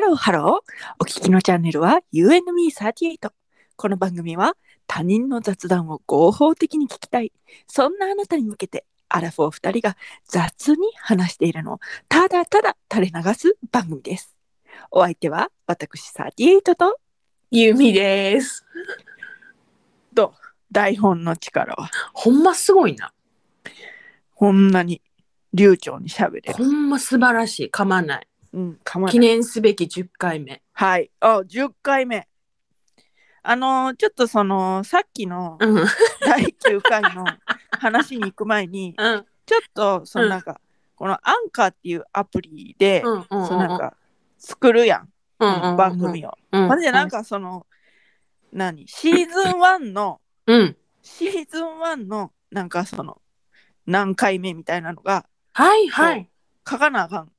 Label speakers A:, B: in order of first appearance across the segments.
A: ローハロー。お聞きのチャンネルは UNME38。この番組は他人の雑談を合法的に聞きたい。そんなあなたに向けてアラフォー2人が雑に話しているのをただただ垂れ流す番組です。お相手は私38と
B: ゆみです。
A: 台本の力は
B: ほんますごいな。
A: こんなに流暢に喋れる。
B: ほんま素晴らしい。噛まない。
A: うん、かま
B: 記念すべき10回目。
A: はい。あ、10回目。あのーちょっとそのさっきの
B: うん。うん。
A: 第9回の話に行く前に
B: うん。
A: ちょっとその
B: うん
A: なんか、このアンカーっていうアプリで、
B: うん。うん。
A: そのなんか作るやん、
B: うん。
A: 番組を。
B: うん。
A: まじでなんかその、何シーズン1の
B: うん。
A: シーズン1のなんかその何回目みたいなのが
B: はいはい。
A: 書かなあかん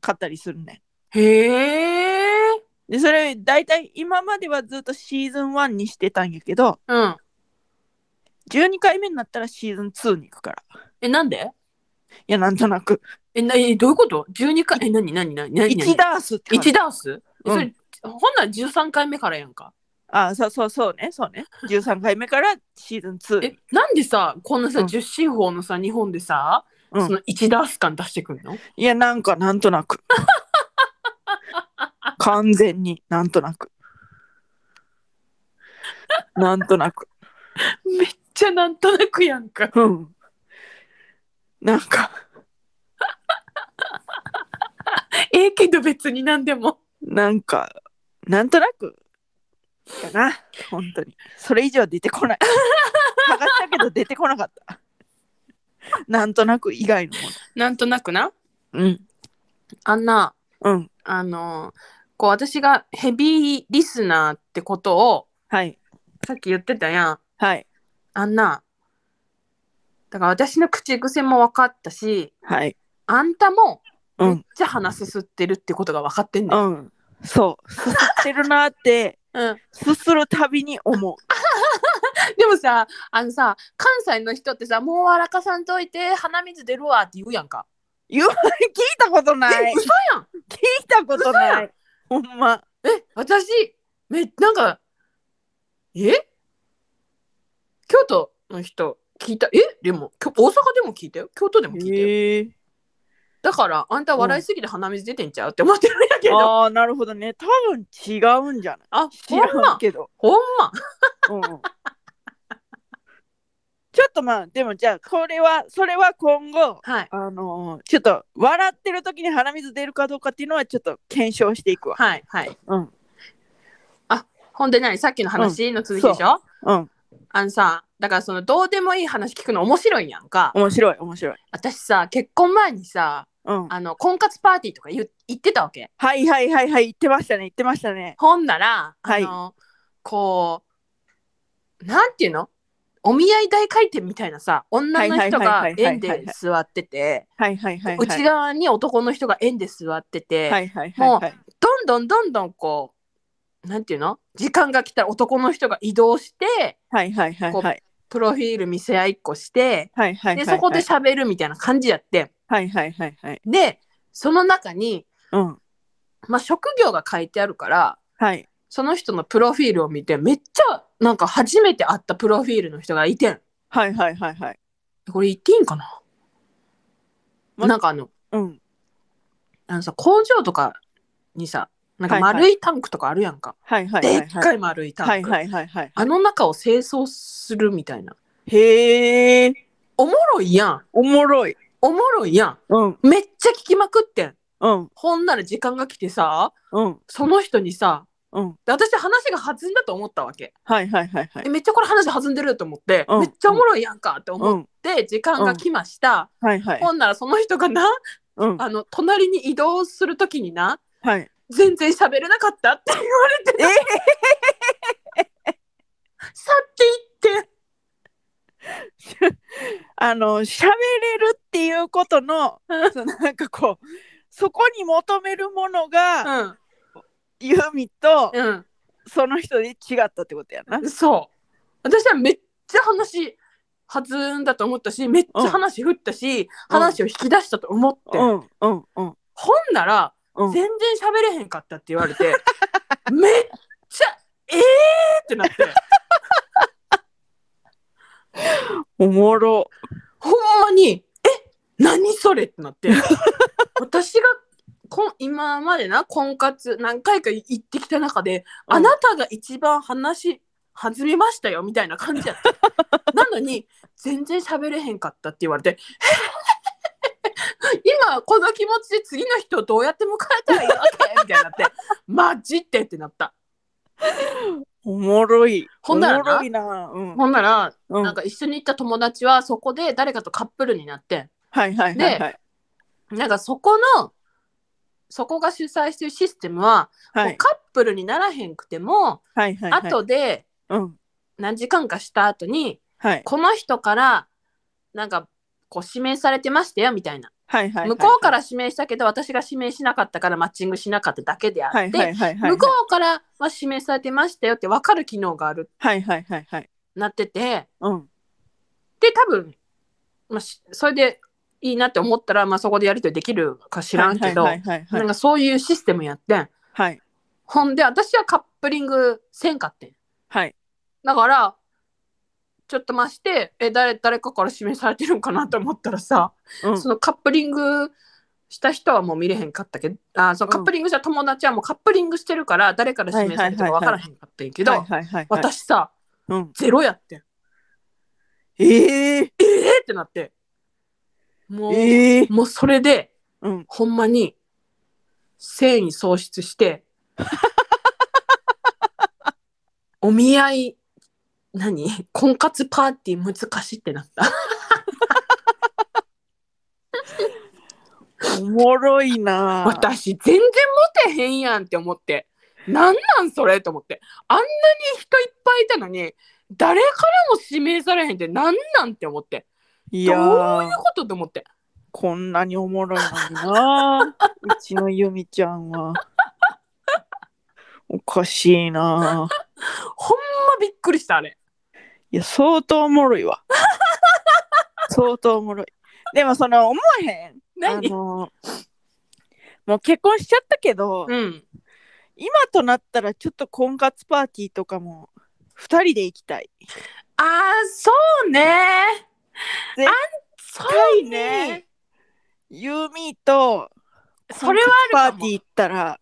A: かったりするね
B: へえ。
A: ん。でそれ大体今まではずっとシーズン1にしてたんやけど
B: うん。
A: 12回目になったらシーズン2に行くから。
B: え、なんで
A: いやなんとなく
B: え、な、え、どういうこと ?12 回、え、なになになになに
A: 1ダースって感じ
B: 一ダース
A: う
B: え
A: ん
B: それ、ほんなら13回目からやんか。
A: あそうそうそうねそうね13回目からシーズン2
B: え、なんでさ、こんなさ、
A: うん
B: 10進法のさ、日本でさ、
A: うん
B: その1ダース感出してくんの
A: いやなんかなんとなく完全になんとなくなんとなく
B: めっちゃなんとなくやんか。
A: うんなんか
B: ええけど別になんでも。
A: なんかなんとなくだな本当にそれ以上出てこない探したけど出てこなかったなんとなく以外のも
B: なんとなくな。
A: のうん
B: あんな、
A: うん
B: あの、こう私がヘビーリスナーってことを
A: はい
B: さっき言ってたやん。
A: はい
B: あんな、だから私の口癖も分かったし、
A: はい
B: あんたも
A: う
B: め
A: ん
B: っちゃ鼻すすってるってことが分かってんねん。
A: うん。そう。すすってるなって、
B: うん、
A: すするたびに思う。
B: でもさあのさ関西の人ってさ「もう笑かさんといて鼻水出るわ」って言うやんか。
A: 言わない、聞いたことない。
B: え嘘やん
A: 聞いたことな
B: 嘘や
A: い。ほんま。
B: え私めなんかえ京都の人聞いたえでもきょ大阪でも聞いたよ京都でも聞いたよ、
A: へえ
B: だからあんた笑いすぎて鼻水出てんちゃうって思ってるんやけどあ
A: ああ、なるほどね。多分違うんじゃない知
B: ほん
A: らん
B: ま
A: けど。
B: ほんま
A: うん。ちょっとまあ、でもじゃあ、これは、それは今後、
B: はい
A: あのーちょっと笑ってる時に鼻水出るかどうかっていうのはちょっと検証していくわ。
B: はいはい
A: うん。
B: ほんで何さっきの話の続きでしょ、
A: うん。
B: あのさだからそのどうでもいい話聞くの面白いやんか
A: 面白い、面白い。
B: 私さ結婚前にさ
A: うん。
B: あの婚活パーティーとか言う行ってたわけ
A: はいはいはいはい、言ってましたね、言ってましたね。
B: ほんなら、
A: はい
B: あのこうなんていうのお見合い大回転みたいなさ女の人が
A: はいはいはいはいはい
B: 円で座ってて
A: はいはいはい、はい。
B: 内側に男の人が円で座ってて、
A: はいはいはい、はい。
B: どんどんどんどんこうなんていうの時間が来たら男の人が移動して
A: はいはいはい
B: こう
A: はい。
B: プロフィール見せ合いっこして
A: はいはいはいはい。
B: でそこで喋るみたいな感じやって
A: はいはいはいはい。
B: でその中に、
A: うん。
B: まあ、職業が書いてあるから
A: はい。
B: その人のプロフィールを見てめっちゃなんか初めて会ったプロフィールの人がいてん
A: はいはいはいはい。
B: これ言っていいんかな、
A: ま
B: なんかあの
A: うん。
B: あのさ工場とかにさなんか
A: はいはい
B: 丸いタンクとかあるやんか、
A: はいはいはい。
B: でっかい丸いタンク、
A: はいはいはいはい。
B: あの中を清掃するみたいな
A: へえ、
B: おもろいやん
A: おもろい。
B: おもろいや
A: うん
B: んめっちゃ聞きまくってん
A: うん
B: ほんなら時間が来てさ
A: うん
B: その人にさ
A: うん。
B: で私話が弾んだと思ったわけ、
A: はいはいはいはい
B: え。めっちゃこれ話弾んでると思って、
A: うん
B: めっちゃおもろいやんかって
A: う
B: 思っ
A: ん。
B: て時間が来ました、
A: はいはい。
B: ほんならその人がな
A: うん。
B: あの隣に移動するときにな
A: はい。
B: 全然喋れなかったって言われてた、
A: え
B: 去っていって
A: あの、喋れるっていうことの、
B: うん
A: そのなんかこう、そこに求めるものが、
B: う
A: ユミと、
B: ん、
A: その人で違ったってことやな
B: う。ん、そう私はめっちゃ話弾んだと思ったしめっちゃ話振ったし、話を引き出したと思って、
A: うんうんうん
B: ほんなら
A: うん
B: 全然喋れへんかったって言われ てめっちゃえーってなって
A: おもろ。
B: ほんまにえ何それってなって 私がこん今までな婚活何回か行ってきた中で、
A: うん
B: あなたが一番話弾みましたよみたいな感じやった なのに全然喋れへんかったって言われて 今この気持ちで次の人をどうやって迎えたらいいわけみたいになってマジってってなった
A: おもろい。
B: ほんな
A: お
B: ら
A: も
B: な
A: ろいな。うん。
B: ほんなら
A: うん
B: なんか一緒に行った友達はそこで誰かとカップルになって、
A: はいはいはいはい。
B: なんかそこのそこが主催してるシステムは、
A: は
B: もう
A: い
B: カップルにならへんくても、
A: はいはいはい。、
B: 後で
A: うん。
B: 何時間かした後に
A: はい
B: この人からなんかこう指名されてましたよみたいな、
A: はいはい。
B: 向こうから指名したけど私が指名しなかったからマッチングしなかっただけであって、
A: はいはいはいはい。
B: 向こうからは指名されてましたよって分かる機能がある
A: はいはいはいはい。
B: なってて
A: うん。
B: で多分、まあ、しそれでいいなって思ったら、まあ、そこでやり取りできるか知らんけど、
A: はいはいはい
B: な
A: はい
B: ん。かそういうシステムやってん。
A: はい。
B: ほんで私はカップリングせんかってん
A: はい。
B: だからちょっと増してえ誰誰かから指名されてるんかなと思ったらさ、
A: うん
B: そのカップリングした人はもう見れへんかったけどあそのカップリングした友達はもうカップリングしてるから誰から指名されてるか分からへんかったんやけど、
A: はいはいはいはい。
B: 私さ
A: うん。
B: ゼロやってん
A: ええ。
B: えー、ってなってもう,、
A: ええ。
B: もうそれで
A: うん。
B: ほんまに繊維喪失して お見合い何婚活パーティー難しいってなった
A: おもろいな。
B: 私全然モテへんやんって思ってなんなんそれと思ってあんなに人いっぱいいたのに誰からも指名されへんってなんなんって思って
A: い
B: ど
A: や
B: ういう
A: ー
B: ことと思って
A: こんなにおもろいのにな。 うちのゆみちゃんは。おかしいな。
B: ほんまびっくりしたあれ
A: いや、相当おもろいわ。相当おもろい。でも、その、思わへん。あ
B: 何
A: のもう結婚しちゃったけど、
B: うん
A: 今となったらちょっと婚活パーティーとかも2人で行きたい。
B: あーそうね
A: 絶対
B: そう
A: ねユーミーと
B: それはあ
A: パ
B: るか
A: ー
B: も
A: ティー行ったら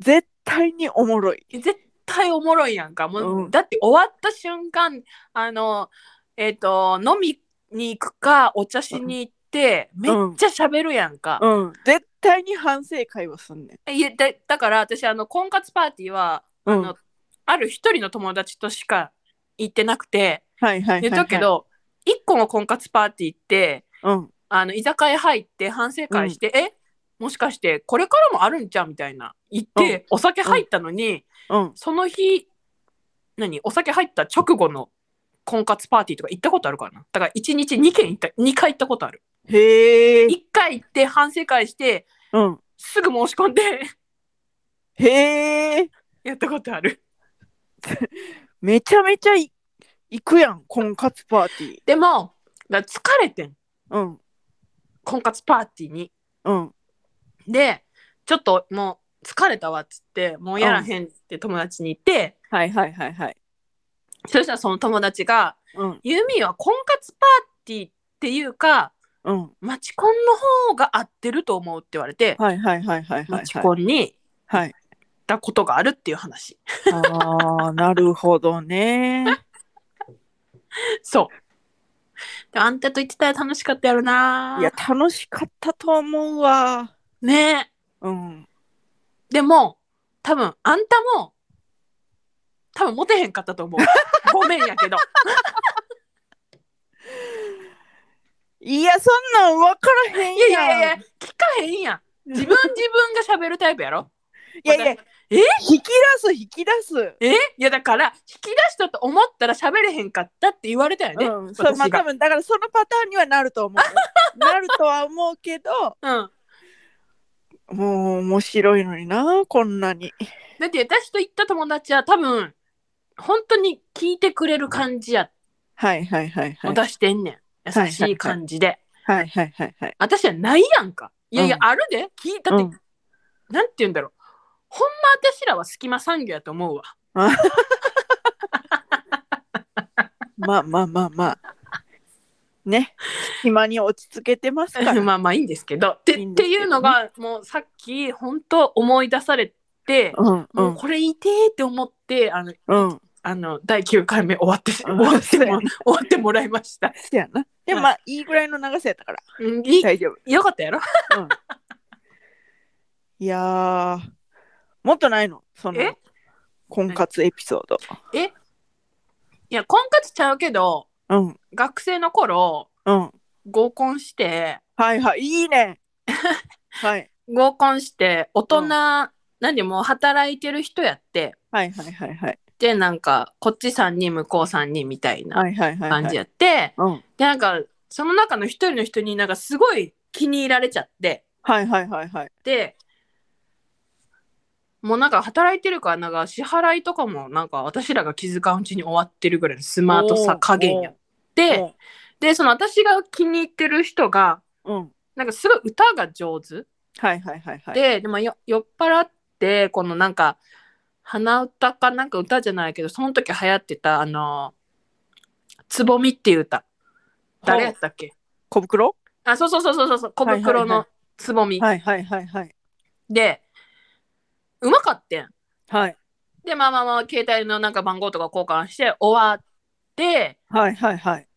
A: 絶対におもろい。
B: 絶対おもろいやんかもう、
A: うん
B: だって終わった瞬間あのえっ、と飲みに行くかお茶しに行って、めっちゃ喋るやんか、
A: うん、絶対に反省会をすんねん。
B: いやだだから私あの婚活パーティーは
A: うん、
B: のある一人の友達としか行ってなくて
A: はいはいはい、はい。
B: 言ったけ、ど、一個の婚活パーティーって
A: うん、
B: あの居酒屋入って反省会して、えもしかしてこれからもあるんちゃうみたいな言って、お酒入ったのに、
A: うん。
B: その日、何お酒入った直後の婚活パーティーとか行ったことあるかなだから1日2件行った、2回行ったことある。
A: へえ
B: 1。回行って反省会して、
A: うん。
B: すぐ申し込んで
A: へえ。
B: やったことある。
A: めちゃめちゃい行くやん、婚活パーティー。
B: でも、だから疲れてん。
A: うん、
B: 婚活パーティーに。
A: うん、
B: で、ちょっともう疲れたわっつって、もうやらへんって友達に言って、
A: はいはいはいはい。
B: そしたらその友達が、
A: うん、
B: ユーミンは婚活パーティーっていうか、
A: うん。
B: マチコンの方が合ってると思うって言われて、
A: はいはいはいはいは
B: マ
A: い
B: チ
A: はい。
B: コンに
A: はい。
B: 行ったことがあるっていう話。
A: ああ、なるほどね。
B: そう。であんたと行ってたら楽しかったやろない
A: や、楽しかったと思うわ。
B: ね
A: うん。
B: えでも、多分、あんたも、多分モテへんかったと 思う。ごめんやけど。
A: いや、そんなん分からへん
B: いや
A: やん。
B: いやいや、聞かへんやん。自分自分が喋るタイプやろ
A: いやいや
B: 私
A: 引き出す、引き出す。
B: えいやだから、引き出したと思ったら喋れへんかったって言われたよね。
A: うん、そうまあ
B: 私が
A: 多分だからそのパターンにはなると思う なるとは思うけど
B: うん。
A: もう面白いのになこんなに
B: だって私と行った友達は多分、本当に聞いてくれる感じや、
A: はいはいはいは
B: を
A: い
B: 出してんねん。
A: はい
B: 優しい感じで。
A: はいはいはいはい
B: 私はないやんか。いやいや、
A: うん
B: あるで。聞いたって、
A: うん
B: なんて言うんだろうほんま私らは隙間産業やと思うわ
A: まあまあまあまあ。ね。暇に落ち着けてますから。
B: まあまあいいんですけどって
A: いいん
B: っ
A: です
B: て
A: けど
B: い
A: ね
B: うのがもうさっき本当思い出されて、
A: うんう
B: もうんこれいてーって思ってあの
A: うん。
B: あの第9回目終わって終
A: うん
B: わって
A: そ
B: も
A: うや
B: 終わってもらいました、
A: せやな。でもまあいいぐらいの長さやったから
B: うん、い
A: 大丈夫。
B: よかったやろ
A: うん、いやーもっとないのその
B: え
A: 婚活エピソード。
B: いや婚活ちゃうけど
A: うん
B: 学生の頃
A: うん。
B: 合コンして
A: はいはいいい ね。はい
B: 合コンして大人、
A: うん
B: なんでもう働いてる人やって
A: はいはいはいはい
B: でなんかこっち3人向こう3人みたいな
A: はいはいはいはい。
B: 感じやって、
A: うん。
B: でなんかその中の一人の人になんかすごい気に入られちゃって
A: はいはいはいはい。
B: でもうなんか働いてるからなんか支払いとかもなんか私らが気づかんうちに終わってるぐらいのスマートさ加減やってでその私が気に入ってる人が
A: おー。おーうん。
B: なんかすごい歌が上手
A: はいはいはいはい。
B: ででもよ酔っ払ってこのなんか鼻歌かなんか歌じゃないけどその時流行ってたあの「つぼみ」っていう歌誰やったっけ
A: 小袋
B: あそうそうそうそうそう小袋
A: はいはいは
B: のつぼみ、
A: はいはいはいはい。
B: でうまかってん
A: はい
B: でまあまあまあ携帯のなんか番号とか交換して終わって
A: はいはいはい。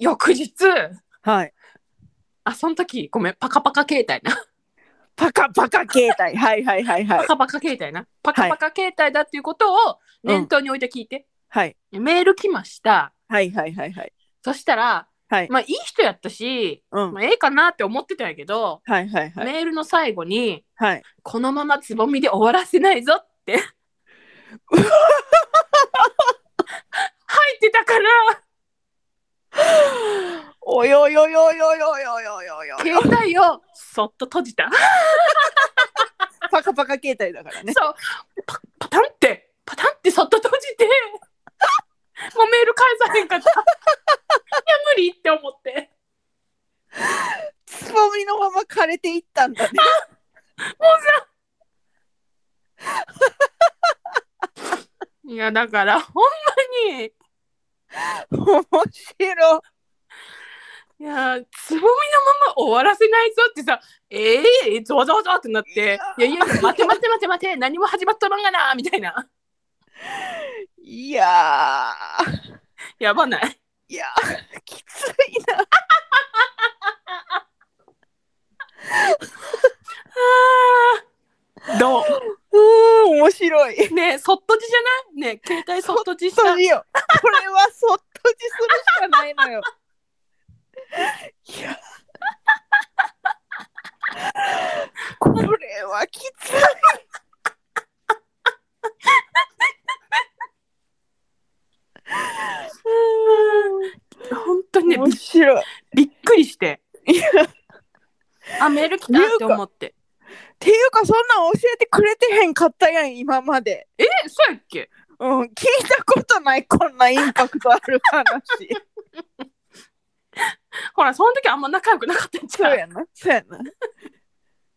B: 翌日
A: はい。
B: あその時ごめんパカパカ携帯な
A: パカパカ携 帯。はいはいはいは
B: パ
A: い。
B: カパカ携帯なパカパカ携帯だっていうことを念頭に置いて聞いて、
A: はい
B: メール来ました
A: はいはいはいはい。
B: そしたら
A: はい。
B: まあいい人やったし、
A: うん。
B: まあ、ええかなって思ってたんやけど、
A: はいはいはい。
B: メールの最後に
A: はい。
B: 「このままつぼみで終わらせないぞ」って 入ってたから
A: およよよよよよよよよ。
B: 携帯をそっと閉じた
A: パカパカ携帯だからね。
B: そうパパタンってパタンってそっと閉じてもうメール返さへんかったいや無理って思って
A: つぼみのまま枯れていったんだね。
B: いやだからほんまに
A: 面白。
B: いやーつぼみのまま終わらせないぞってさええー、ゾワゾワゾワってなっていやいや待て待て待て待て何も始まっとらんがなみたいない
A: いやー。
B: やばない
A: いやー、きついな。
B: ど
A: うーん、面白い。
B: うねえそっとじじゃないねえ携帯そっとじした
A: 閉じよ。これはそっとじするしかないのよ。いや。これはきつい。
B: 本当にね
A: 面白い。
B: びっくり して
A: いや
B: あメール来たって思って
A: ていうかそんなん教えてくれてへんかったやん今まで。
B: えそうやっけ
A: うん、聞いたことないこんなインパクトある話。
B: ほらその時あんま仲良くなかったんち
A: そ
B: ゃ
A: う
B: う
A: やな。そうやな。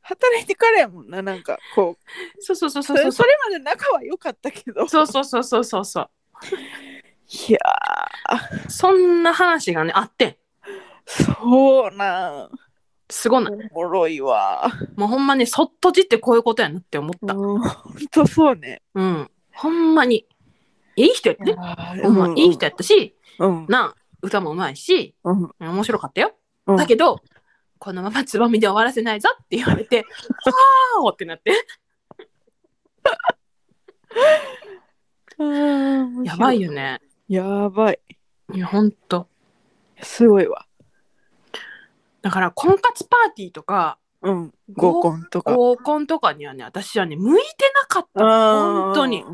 A: 働いてからやもんななんかこう
B: そうそうそう
A: そう
B: そそ
A: れ
B: う
A: それまで仲は良かったけど
B: そうそうそうそうそうそう
A: いや
B: そんな話がねあってん
A: ーそうなん
B: すごない
A: おもろいわ
B: もうほんまにそっとじってこういうことやなって思っ
A: う
B: た
A: んほんとそうね
B: うん。ほんまに。いい人やったね。ほんま
A: うん
B: いい人やったし、
A: うん
B: なあ、歌もうまいし、
A: うん
B: 面白かったよ。
A: うん
B: だけど、このままつぼみで終わらせないぞって言わ れて、はあってなって、
A: うん
B: やばいよね。
A: やばい
B: いや、ほんと。
A: すごいわ
B: だから、婚活パーティーとか、
A: うん合コンとか
B: 合コンとかにはね、私はね、向いてなかっ
A: あ
B: た。
A: ー
B: 本当に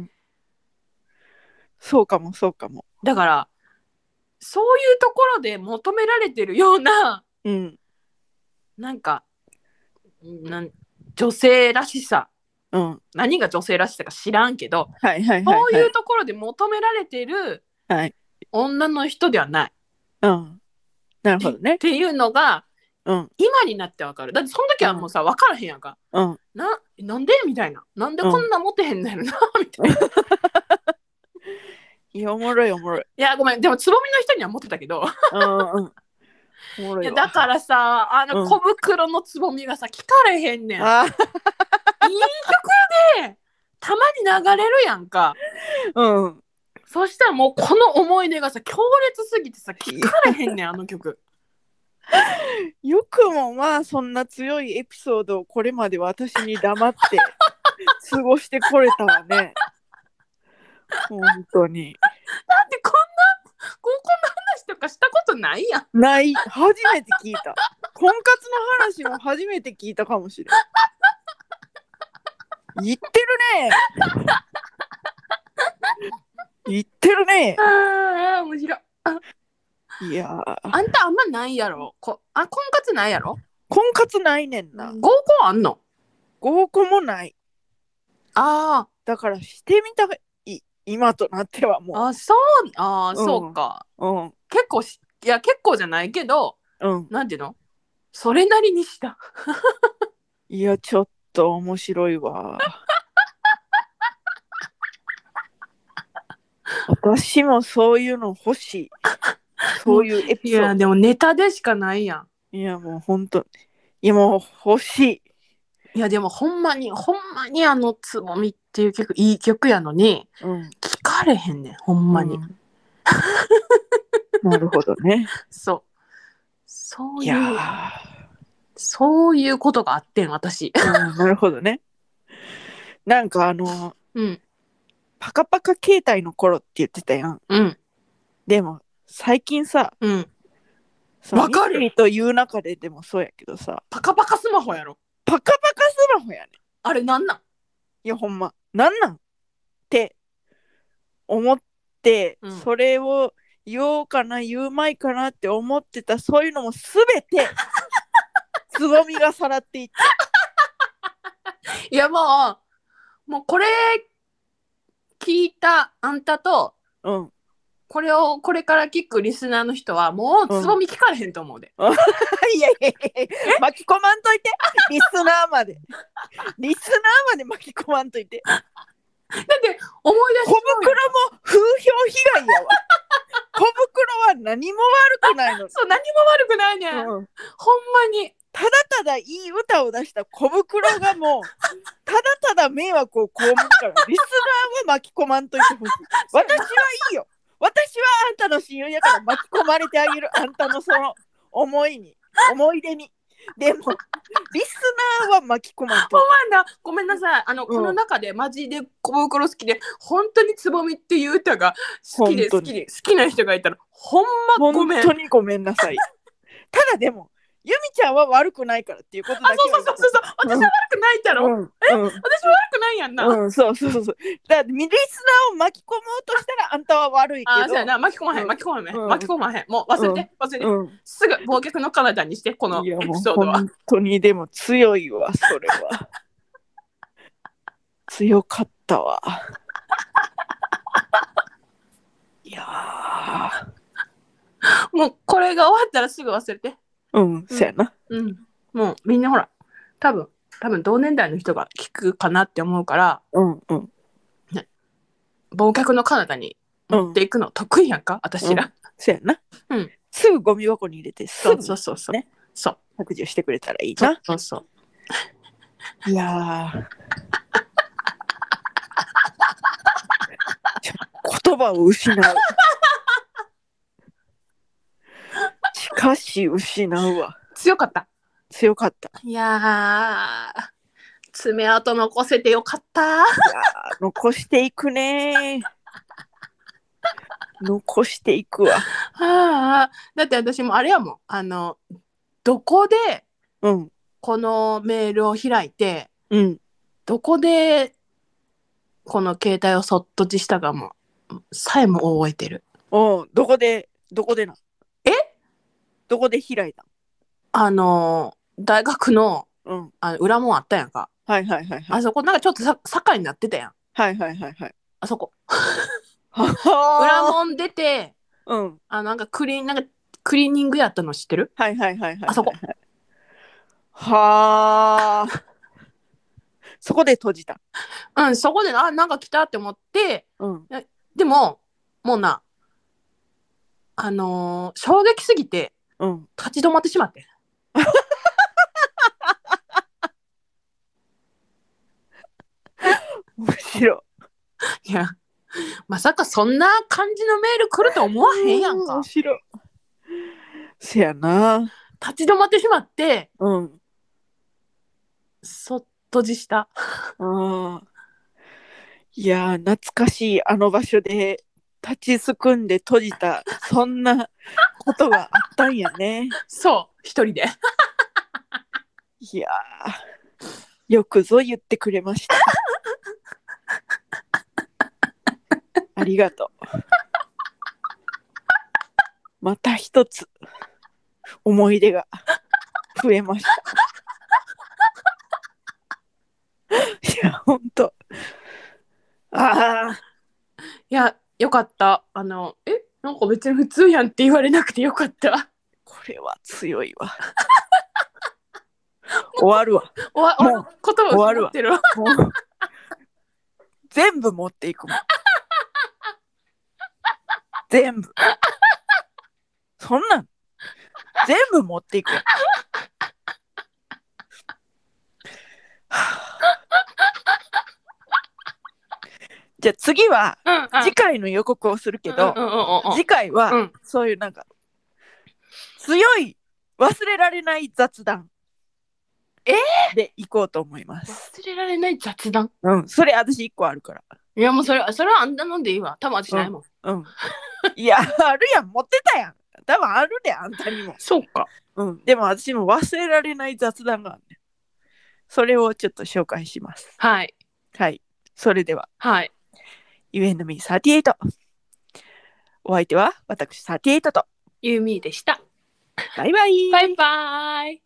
A: そうかもそうかも
B: だから、そういうところで求められてるような、
A: うん
B: なんか、なん女性らしさ。
A: うん
B: 何が女性らしさか知らんけど、
A: はいはいはい、
B: こ
A: は
B: う
A: い、
B: いうところで求められてる
A: はい
B: 女の人ではない
A: うんなるほど
B: っ
A: ね
B: ていうのが
A: うん
B: 今になってわかるだってその時はもうさ分からへんやんか
A: うん
B: ななんでみたいななんでこんなモテへんのやろな、みたいない
A: いやおもろいおもろい
B: やごめんでもつぼみの人にはモテたけど
A: うんうんおもろ
B: い
A: い
B: や
A: わ
B: だからさあ
A: う
B: の
A: ん
B: 小袋のつぼみがさ聞かれへんねん、いい
A: あ
B: 曲やでたまに流れるやんか
A: うん
B: そしたらもうこの思い出がさ強烈すぎてさ聞かれへんねんあの 曲
A: よくもまあそんな強いエピソードをこれまで私に黙って 過ごしてこれたわね本当に
B: だってこんなここんな話とかしたことないやん
A: ない初めて聞いた婚活の話も初めて聞いたかもしれん言ってるね言ってるね
B: あー面白い
A: いやー
B: あんたあんまないやろこあ婚活ないやろ
A: 婚活ないねんな
B: 合コンあんの
A: 合コンもない
B: あ
A: だからしてみたい今となっては
B: ー
A: も
B: あそうあー
A: うん
B: そうか
A: ううん
B: 結構しいや結構じゃないけど
A: うん
B: なんていうのそれなりにした
A: いやちょっと面白い わ私もそういうの欲しいそういうエ
B: い
A: ピソード
B: やでもネタでしかないやん
A: いやもうほんといやもう欲しい
B: いやでもほんまにほんまにあの「つぼみ」っていう曲いい曲やのに
A: うん
B: 聞かれへんねんほんまに、
A: うん なるほどね
B: そうそう
A: い
B: い
A: や
B: うそういうことがあってん私
A: ー、うん、なるほどねなんかあの
B: うん
A: パカパカ携帯の頃って言ってたやん
B: うん
A: でも最近さ
B: うん
A: その
B: わかる
A: ミッキーという中ででもそうやけどさ
B: パカパカスマホやろ
A: パカパカスマホやね
B: あれなんなん
A: いやほんまなんなんって思って、
B: うん
A: それを言おうかな言うまいかなって思ってたそういうのもすべて つぼみがさらっていって
B: いやもうもうこれ聞いたあんたと
A: うん
B: これをこれから聞くリスナーの人はも
A: う
B: うんつぼみ聞かれへんと思うで、
A: いやいやいやいや巻き込まんといてリスナーまでリスナーまで巻き込まんといて
B: だって思い出
A: 小
B: し
A: 袋も風評被害やわ小袋は何も悪くないの
B: そう何も悪くないねん、ほん
A: うん
B: まに
A: ただただいい歌を出した小袋が もうただただ迷惑を被るからリスナーは巻き込まんといてほしい私はいいよ私はあんたの親友やから巻き込まれてあげるあんたのその思いに思い出にでもリスナーは巻き込まんと
B: ほんまやなごめんなさいあの、この中でマジで小袋好きで本当につぼみっていう歌が好きで
A: ほ
B: 好
A: んとに
B: きで好きな人がいたらほんまご
A: 本
B: めん
A: 当にごめんなさいただでもゆみちゃんは悪くないからっていうことだけ
B: あそうそうそうそうそう私は悪くないだろ、
A: うんうん
B: 私は悪くないやんな、
A: うん、そうそうそうそう。だからリスナーを巻き込もうとしたらあんたは悪いけ
B: あ
A: ど。
B: あそうやな巻き込まへ
A: うんん
B: 巻き込まへん、
A: うん
B: 巻き込まへんもう忘れて、忘れて、
A: うん、
B: すぐ忘却の彼方にしてこの
A: いや
B: エ
A: も
B: ピ
A: う
B: ソードは
A: 本当にでも強いわそれは強かったわいやー
B: もうこれが終わったらすぐ忘れて
A: うんそやな
B: うんもうみんなほら多分多分同年代の人が聞くかなって思うから
A: うんうん
B: 忘却の彼方に持っていくの得意やんか、私ら、
A: そやな、
B: うん、
A: すぐゴミ箱に入れてす
B: そ
A: ぐ
B: うそうそうそう。
A: ね
B: そう
A: 削除してくれたらいい
B: そう
A: な
B: そうそう。
A: いやーちょ言葉を失うしかし失うわ
B: 強かった。
A: 強かった
B: いやー、爪痕残せてよかった。
A: いやー残していくねー残していくわ
B: あーだって私もあれやもん。あの、どこで
A: うん
B: このメールを開いて、
A: うん
B: どこでこの携帯をそっとじしたかも、さえも覚えてる。
A: おうどこでどこでな
B: え
A: どこで開いた
B: あの、大学の
A: うん
B: あの裏門あったやんか。
A: はいはいはいはい
B: あそこなんかちょっとさ坂になってたやん。
A: はいはいはいはい
B: あそこ。
A: は
B: 裏
A: は
B: 門出て、
A: ーうん
B: あなんかクリーンなんかクリーニングやったの知ってる
A: はいはいはいはい
B: あそこ
A: はあ。そこで閉じた。
B: うん、そこで、あ、なんか来たって思って、
A: うん。
B: でも、もうな、あのー衝撃すぎて、
A: うん。
B: 立ち止まってしまって。
A: 面白い。
B: いや、まさかそんな感じのメール来ると思わへんやん
A: う
B: か
A: 面。白い。せやな。
B: 立ち止まってしまって、
A: うん。
B: そっとじした。
A: あ あ。いやー、懐かしいあの場所で立ちすくんで閉じた、そんなことがあったんやね。
B: そう、一人で。
A: いやー、よくぞ言ってくれました。ありがとう。また一つ思い出が増えました。いや、ほんと。ああ、
B: いや、よかった。あの、え、なんか別に普通やんって言われなくてよかった。
A: これは強いわ。終わるわ。
B: おわ、
A: もう
B: お言葉
A: 終わる
B: 失
A: わ
B: ってるわ。
A: もう全部持っていくもん。全部。そんなん全部持っていくやん。はあじゃあ次は
B: うん、
A: 次回の予告をするけど、
B: うんうんうんうん
A: 次回は、
B: うん
A: そういうなんか強い忘れられない雑談
B: え
A: で行こうと思います。
B: 忘れられない雑談。
A: うん、それ私一個あるから。
B: いや、もうそれ、それはあんなのでいいわ。多分私ないもん。
A: うん。いや、あるやん、持ってたやん。多分あるで、あんたにも。
B: そうか。
A: うん。でも私も忘れられない雑談があるねん。それをちょっと紹介します。
B: はい。
A: はい。それでは、
B: はい。
A: ゆえのみ38。お相手は私38と。
B: ユーミーでした。
A: バイバイ。
B: バイバーイ。